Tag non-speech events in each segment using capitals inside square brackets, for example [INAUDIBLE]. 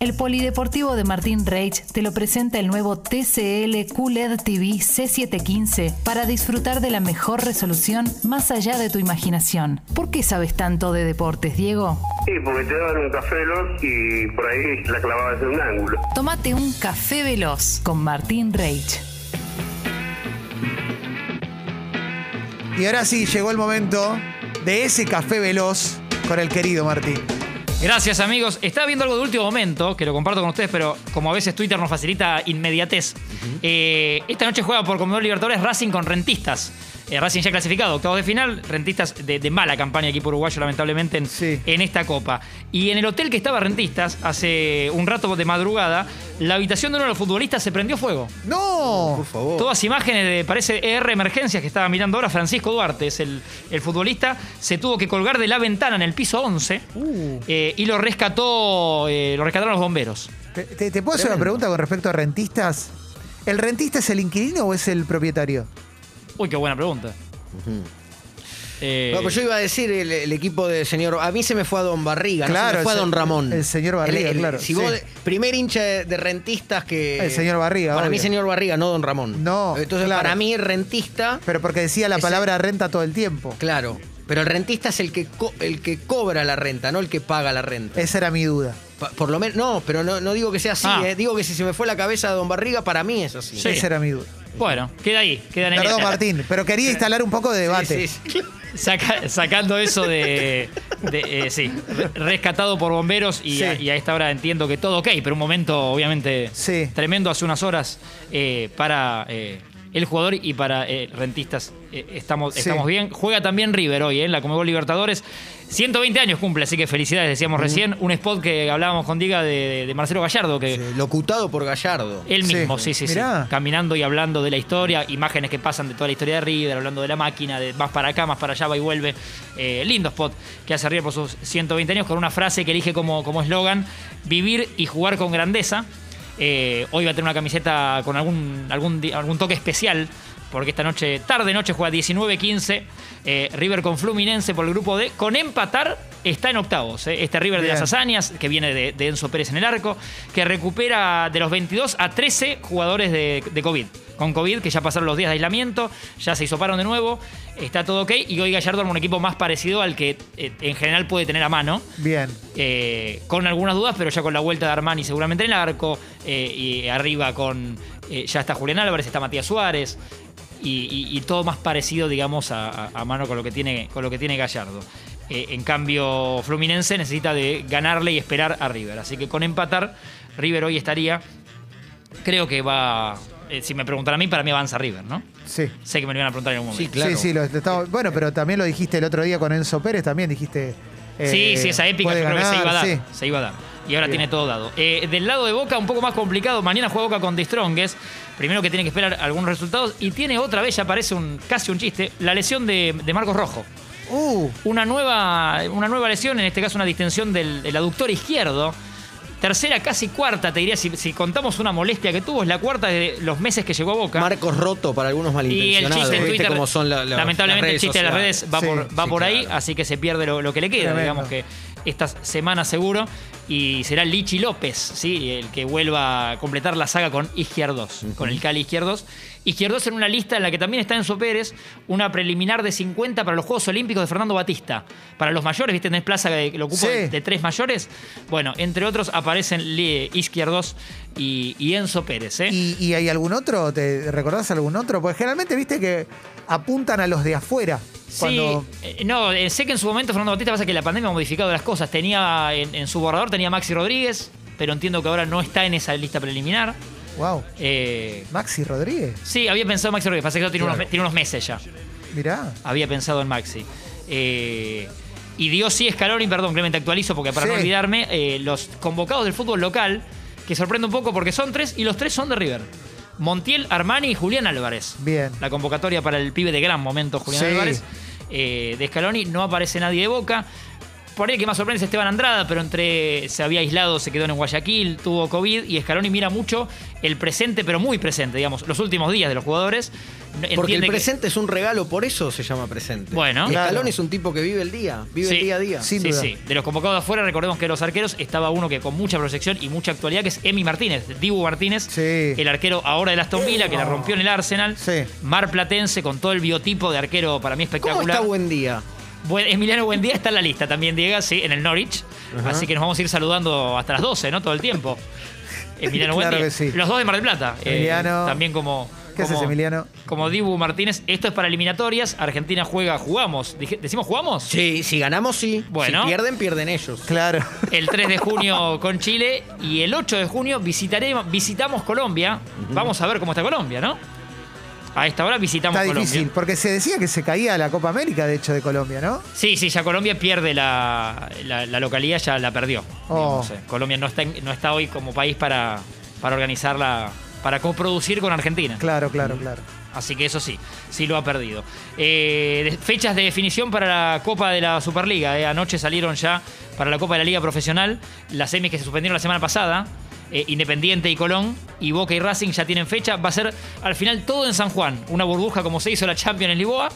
El Polideportivo de Martín Reich te lo presenta el nuevo TCL QLED TV C715 para disfrutar de la mejor resolución más allá de tu imaginación. ¿Por qué sabes tanto de deportes, Diego? Sí, porque te daban un café veloz y por ahí la clavabas en un ángulo. Tómate un café veloz con Martín Reich. Y ahora sí, llegó el momento de ese café veloz con el querido Martín. Gracias amigos. Estaba viendo algo de último momento, que lo comparto con ustedes, pero como a veces Twitter nos facilita inmediatez. Eh, esta noche juega por Comodoro Libertadores Racing con Rentistas. Eh, Racing ya clasificado, octavos de final, Rentistas de, de mala campaña aquí por Uruguayo lamentablemente en, Sí. en esta copa. Y en el hotel que estaba Rentistas, hace un rato de madrugada, la habitación de uno de los futbolistas se prendió fuego. ¡No! Todas imágenes de, parece, ER Emergencias que estaba mirando ahora. Francisco Duarte es el, el futbolista. Se tuvo que colgar de la ventana en el piso 11 Uh. eh, y lo rescató, eh, lo rescataron los bomberos. ¿Te, te- te puedo hacer una pregunta con respecto a rentistas? ¿El rentista es el inquilino o es el propietario? Uy, qué buena pregunta. Eh, No, pues yo iba a decir el, el equipo del señor. A mí se me fue a Don Barriga, no, Claro, se me fue a el- Don Ramón. el señor Barriga, claro, Si vos, sí. primer hincha de, de rentistas que. El señor Barriga, Para obvio. mí, señor Barriga, no Don Ramón. No, Entonces, claro. para mí, rentista. Pero porque decía la Ese- palabra renta todo el tiempo. Claro. Pero el rentista es el que, co- el que cobra la renta, no el que paga la renta. Esa era mi duda. Pa- Por lo menos. No, pero no, no digo que sea así. Ah. eh. Digo que si se me fue la cabeza de Don Barriga, para mí es así. Sí. Esa era mi duda. bueno, queda ahí, queda en el- Perdón, Martín, pero quería instalar un poco de debate. Sí, sí, sí. Saca- sacando eso de. de, eh, sí, re- rescatado por bomberos y, a, Sí. y a esta hora entiendo que todo ok, pero un momento obviamente Sí. tremendo hace unas horas eh, para eh, el jugador y para eh, rentistas. Eh, estamos, Sí. estamos bien. Juega también River hoy eh, en la Comebol Libertadores. 120 años cumple, así que felicidades, decíamos recién. Un spot que hablábamos con Diga de, de Marcelo Gallardo, que. Eh, Locutado por Gallardo. Él Sí. mismo, sí, sí, sí. Mirá. Caminando y hablando de la historia, imágenes que pasan de toda la historia de River, hablando de la máquina, de más para acá, más para allá, va y vuelve. Eh, lindo spot que hace River por sus 120 años, con una frase que elige como como eslogan, vivir y jugar con grandeza. Eh, hoy va a tener una camiseta con algún, algún, di- algún toque especial. Porque esta noche, tarde noche, juega 19-15 eh, River con Fluminense por el grupo D. Con empatar está en octavos. eh. Este River de Bien. las hazañas Cañas, que viene de, de Enzo Pérez en el arco, que recupera de los 22 a 13 jugadores de, de COVID. Con COVID, que ya pasaron los días de aislamiento, ya se hisoparon de nuevo, está todo ok. Y hoy Gallardo arma un equipo más parecido al que eh, en general puede tener a mano. Bien. eh, con algunas dudas, pero ya con la vuelta de Armani seguramente en el arco. eh, y arriba con. eh, ya está Julián Álvarez, está Matías Suárez. Y, y- y todo más parecido, digamos, a, a- a mano con lo que tiene, con lo que tiene Gallardo. Eh, en cambio, Fluminense necesita de ganarle y esperar a River. Así que con empatar, River hoy estaría. Creo que va. eh, si me preguntan a mí, para mí avanza River, ¿no? Sí. Sé que me lo iban a preguntar en algún Sí, momento. claro. Sí, sí, lo estaba- bueno, pero también lo dijiste el otro día con Enzo Pérez, también dijiste. eh, Sí, sí, esa épica puede yo creo que se iba a ganar, dar. sí. Se iba a dar. Y ahora tiene todo dado. Eh, del lado de Boca, un poco más complicado. Mañana juega Boca con The Strongest. Primero que tiene que esperar algunos resultados. Y tiene otra vez, ya parece un, casi un chiste, la lesión de, de Marcos Rojo. Uh, Una nueva, una nueva lesión, en este caso una distensión del, del aductor izquierdo. Tercera, casi cuarta, te diría, si, si contamos una molestia que tuvo, es la cuarta de los meses que llegó a Boca. Marcos roto para Y algunos el malintencionados. chiste en ¿viste Twitter, cómo son la- la- lamentablemente las el redes chiste de las sociales? redes va Sí, por, va sí, por ahí, claro. así que se pierde lo, lo que le queda, Tremendo. digamos que esta semana seguro. Y será Lichi López, ¿sí? el que vuelva a completar la saga con Izquierdos, con el Cali Izquierdos. Izquierdos en una lista en la que también está Enzo Pérez, una preliminar de 50 para los Juegos Olímpicos de Fernando Batista. Para los mayores, ¿viste? Tenés plaza que lo ocupa Sí. de, de tres mayores. Bueno, entre otros aparecen Lee Izquierdos y, y Enzo Pérez. ¿eh? ¿Y, y hay algún otro? ¿Te recordás algún otro? Porque generalmente viste que apuntan a los de afuera. Cuando, Sí, eh, no, eh, sé que en su momento Fernando Batista pasa que la pandemia ha modificado las cosas. Tenía en, en su borrador tenía Maxi Rodríguez, pero entiendo que ahora no está en esa lista preliminar. wow, Eh, Maxi Rodríguez, sí, había pensado en Maxi Rodríguez, pasa que eso tiene, unos, me- tiene unos meses ya. mirá. Había pensado en Maxi. Eh, y dio sí Scaloni, perdón, Clemente, actualizo porque para Sí. no olvidarme, eh, los convocados del fútbol local, que sorprende un poco porque son tres y los tres son de River. Montiel, Armani y Julián Álvarez Bien. la convocatoria para el pibe de gran momento, Julián Sí. Álvarez. Eh, de Scaloni no aparece nadie de Boca. Por ahí el que más sorprende es Esteban Andrada, pero entre se había aislado, se quedó en Guayaquil, tuvo COVID y Scaloni mira mucho el presente, pero muy presente, digamos, los últimos días de los jugadores. Porque el Entiende que- presente es un regalo, por eso se llama presente. Bueno. Y Escalón Claro. es un tipo que vive el día, vive el Sí. día a día. Sin sí, duda. sí. De los convocados de afuera, recordemos que de los arqueros estaba uno que con mucha proyección y mucha actualidad, que es Emi Martínez, Dibu Martínez, Sí. el arquero ahora del Aston Villa, que la rompió en el Arsenal. Sí. Mar Platense, con todo el biotipo de arquero para mí ¿Cómo espectacular. está buen día? Buen- Emiliano Buendía está en la lista también, Diego, sí, en el Norwich. Así que nos vamos a ir saludando hasta las 12, ¿no? Todo el tiempo. [LAUGHS] Emiliano Claro Buendía. que sí. Los dos de Mar del Plata. eh, Emiliano. también como. ¿Qué haces, como- Emiliano? Como Dibu Martínez. Esto es para eliminatorias. Argentina juega, jugamos. Dije- ¿Decimos jugamos? Sí, si ganamos, sí. Bueno. Si pierden, pierden ellos. Claro. El 3 de junio con Chile y el 8 de junio visitaremos, visitamos Colombia. Vamos a ver cómo está Colombia, ¿no? A esta hora visitamos Está Colombia. difícil, porque se decía que se caía la Copa América, de hecho, de Colombia, ¿no? Sí, sí, ya Colombia pierde la, la- la localidad, ya la perdió. Oh. digamos, eh. Colombia no está, en- no está hoy como país para, para organizarla, para coproducir con Argentina. Claro, claro, Mm. claro. Así que eso sí, sí lo ha perdido. Eh, de- fechas de definición para la Copa de la Superliga. eh. Anoche salieron ya para la Copa de la Liga Profesional las semis que se suspendieron la semana pasada. eh, Independiente y Colón y Boca y Racing ya tienen fecha. Va a ser al final todo en San Juan. Una burbuja como se hizo la Champions en Lisboa,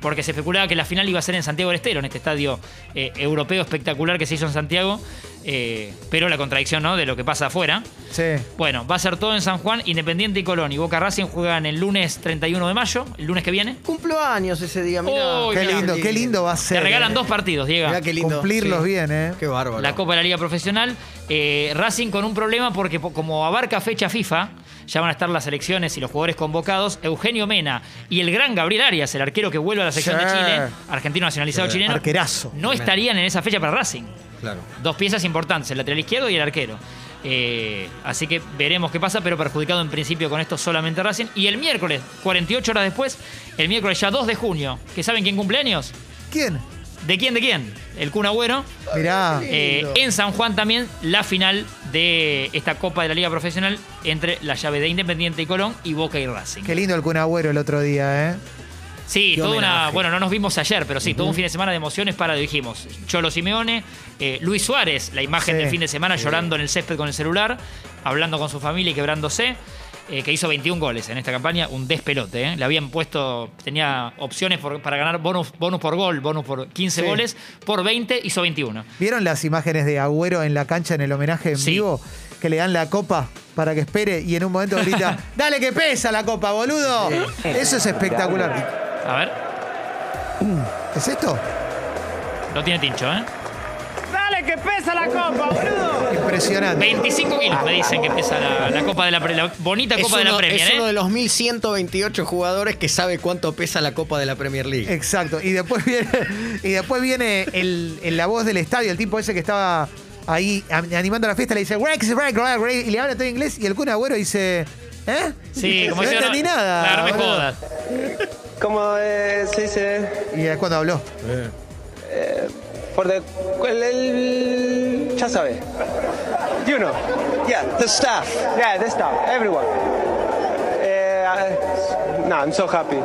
porque se especulaba que la final iba a ser en Santiago del Estero, en este estadio eh, europeo espectacular que se hizo en Santiago. eh, pero la contradicción ¿no? de lo que pasa afuera. Sí. Bueno, va a ser todo en San Juan, Independiente y Colón. Y Boca Racing juegan el lunes 31 de mayo, el lunes que viene. [LAUGHS] Cumplo años ese día, mirá. Uy, Qué mirá. lindo, qué lindo va a ser. Te regalan eh. dos partidos, Diego. Mirá qué lindo. Cumplirlos bien, ¿eh? Qué bárbaro. La Copa de la Liga Profesional. Eh, Racing con un problema porque po- como abarca fecha FIFA, ya van a estar las elecciones y los jugadores convocados. Eugenio Mena y el gran Gabriel Arias, el arquero que vuelve a la sección Sí. de Chile, argentino nacionalizado Sí. chileno, Arquerazo. no estarían en esa fecha para Racing. Claro. Dos piezas importantes, el lateral izquierdo y el arquero. Eh, así que veremos qué pasa, pero perjudicado en principio con esto solamente Racing. Y el miércoles, 48 horas después, el miércoles ya 2 de junio, que saben quién cumpleaños, ¿Quién? de quién, de quién, el Kun Agüero. Mirá. Eh, en San Juan también la final de esta Copa de la Liga Profesional entre la llave de Independiente y Colón y Boca y Racing. Qué lindo el Kun Agüero el otro día, ¿eh? Sí, Qué toda una. homenaje. Bueno, no nos vimos ayer, pero sí, todo un fin de semana de emociones para, dijimos, Cholo Simeone, eh, Luis Suárez, la imagen Sí, del fin de semana llorando en el césped con el celular, hablando con su familia y quebrándose. eh, que hizo 21 goles en esta campaña, un despelote. ¿eh? Le habían puesto, tenía opciones por- para ganar bonus, bonus por gol, bonus por 15 Sí. goles, por 20 hizo 21. ¿Vieron las imágenes de Agüero en la cancha en el homenaje en Sí. vivo? Que le dan la copa para que espere y en un momento [LAUGHS] grita, dale que pesa la copa, boludo. Eso es espectacular. A ver, ¿Es esto? no tiene tincho, ¿eh? Impresionante. 25 kilos me dicen que empieza la, la Copa de la Pre- la bonita Es Copa de la uno- Premier, es uno ¿eh? de los 1128 jugadores que sabe cuánto pesa la Copa de la Premier League. Exacto. Y después viene, [LAUGHS] y después viene el, el- la voz del estadio, el tipo ese que estaba ahí a- animando la fiesta, le dice, Rex, Rex, Rex, Rex", y le habla todo en inglés y el Kun Agüero dice, ¿eh? [LAUGHS] Sí, como no si entendí nada. Claro, me boludo". jodas. Como eh, se dice, Y es cuando habló. por de, el, el- ya sabe. You know. Yeah, the staff. Yeah, the staff. Everyone. Eh, ah, no, I'm so happy.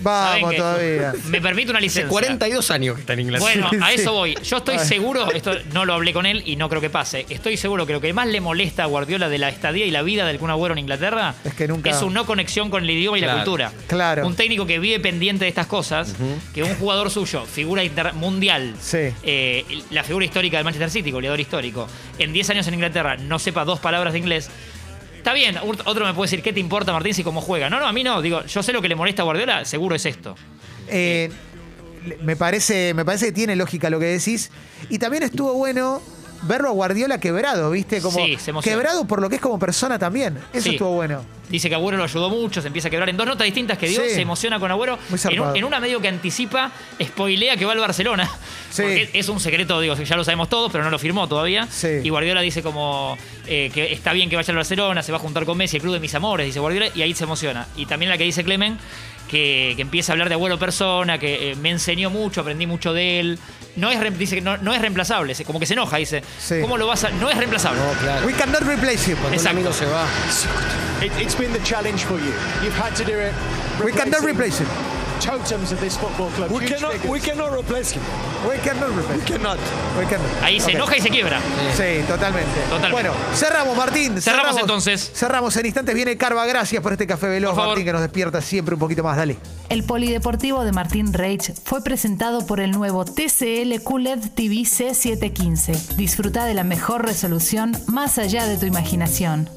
¿Saben Vamos qué? todavía. Me permite una Hace licencia. 42 años que está en Inglaterra. Bueno, a eso Sí. voy. Yo estoy seguro, esto no lo hablé con él y no creo que pase. Estoy seguro que lo que más le molesta a Guardiola de la estadía y la vida del Kun Agüero en Inglaterra Es que nunca- su no conexión con el idioma y la Claro. cultura. Claro. Un técnico que vive pendiente de estas cosas, que un jugador suyo, figura inter- mundial, Sí. eh, la figura histórica del Manchester City, goleador histórico, en 10 años en Inglaterra no sepa dos palabras de inglés. Está bien, ur- otro me puede decir, ¿qué te importa Martín si cómo juega? No, no, a mí no. Digo, yo sé lo que le molesta a Guardiola, seguro es esto. Eh, le- me, parece, me parece que tiene lógica lo que decís. Y también estuvo bueno verlo a Guardiola quebrado, ¿viste? Como Sí, se emociona. quebrado por lo que es como persona también. Eso Sí. estuvo bueno. Dice que Agüero lo ayudó mucho, se empieza a quebrar en dos notas distintas que dio, Sí. se emociona con Agüero. Muy En, un- zarpado. en una medio que anticipa, spoilea que va al Barcelona. Sí. Porque es un secreto, digo, ya lo sabemos todos, pero no lo firmó todavía. Sí. Y Guardiola dice como eh, que está bien que vaya al Barcelona, se va a juntar con Messi, el club de mis amores, dice Guardiola, y ahí se emociona. Y también la que dice Clemen, que, que empieza a hablar de Agüero persona, que eh, me enseñó mucho, aprendí mucho de él. No es, re- dice que no, no es reemplazable, se- como que se enoja, dice. Sí. ¿Cómo lo vas a...? No es reemplazable. No, claro. We cannot replace him. Cuando un Exacto. amigo se va. It, it's been the challenge for you. You've had to do it. We cannot replacing replace him. totems of this football club. We Huge cannot, figures. we cannot replace him. We cannot replace. We cannot. We cannot. Ahí se Ok. enoja y se quiebra. Sí, totalmente. Totalmente. Bueno, cerramos, Martín. Cerramos, entonces. Cerramos. En instantes viene Carva. Gracias por este café veloz, favor. Martín, que nos despierta siempre un poquito más. Dale. El polideportivo de Martín Reich fue presentado por el nuevo TCL QLED TV C715. Disfruta de la mejor resolución más allá de tu imaginación.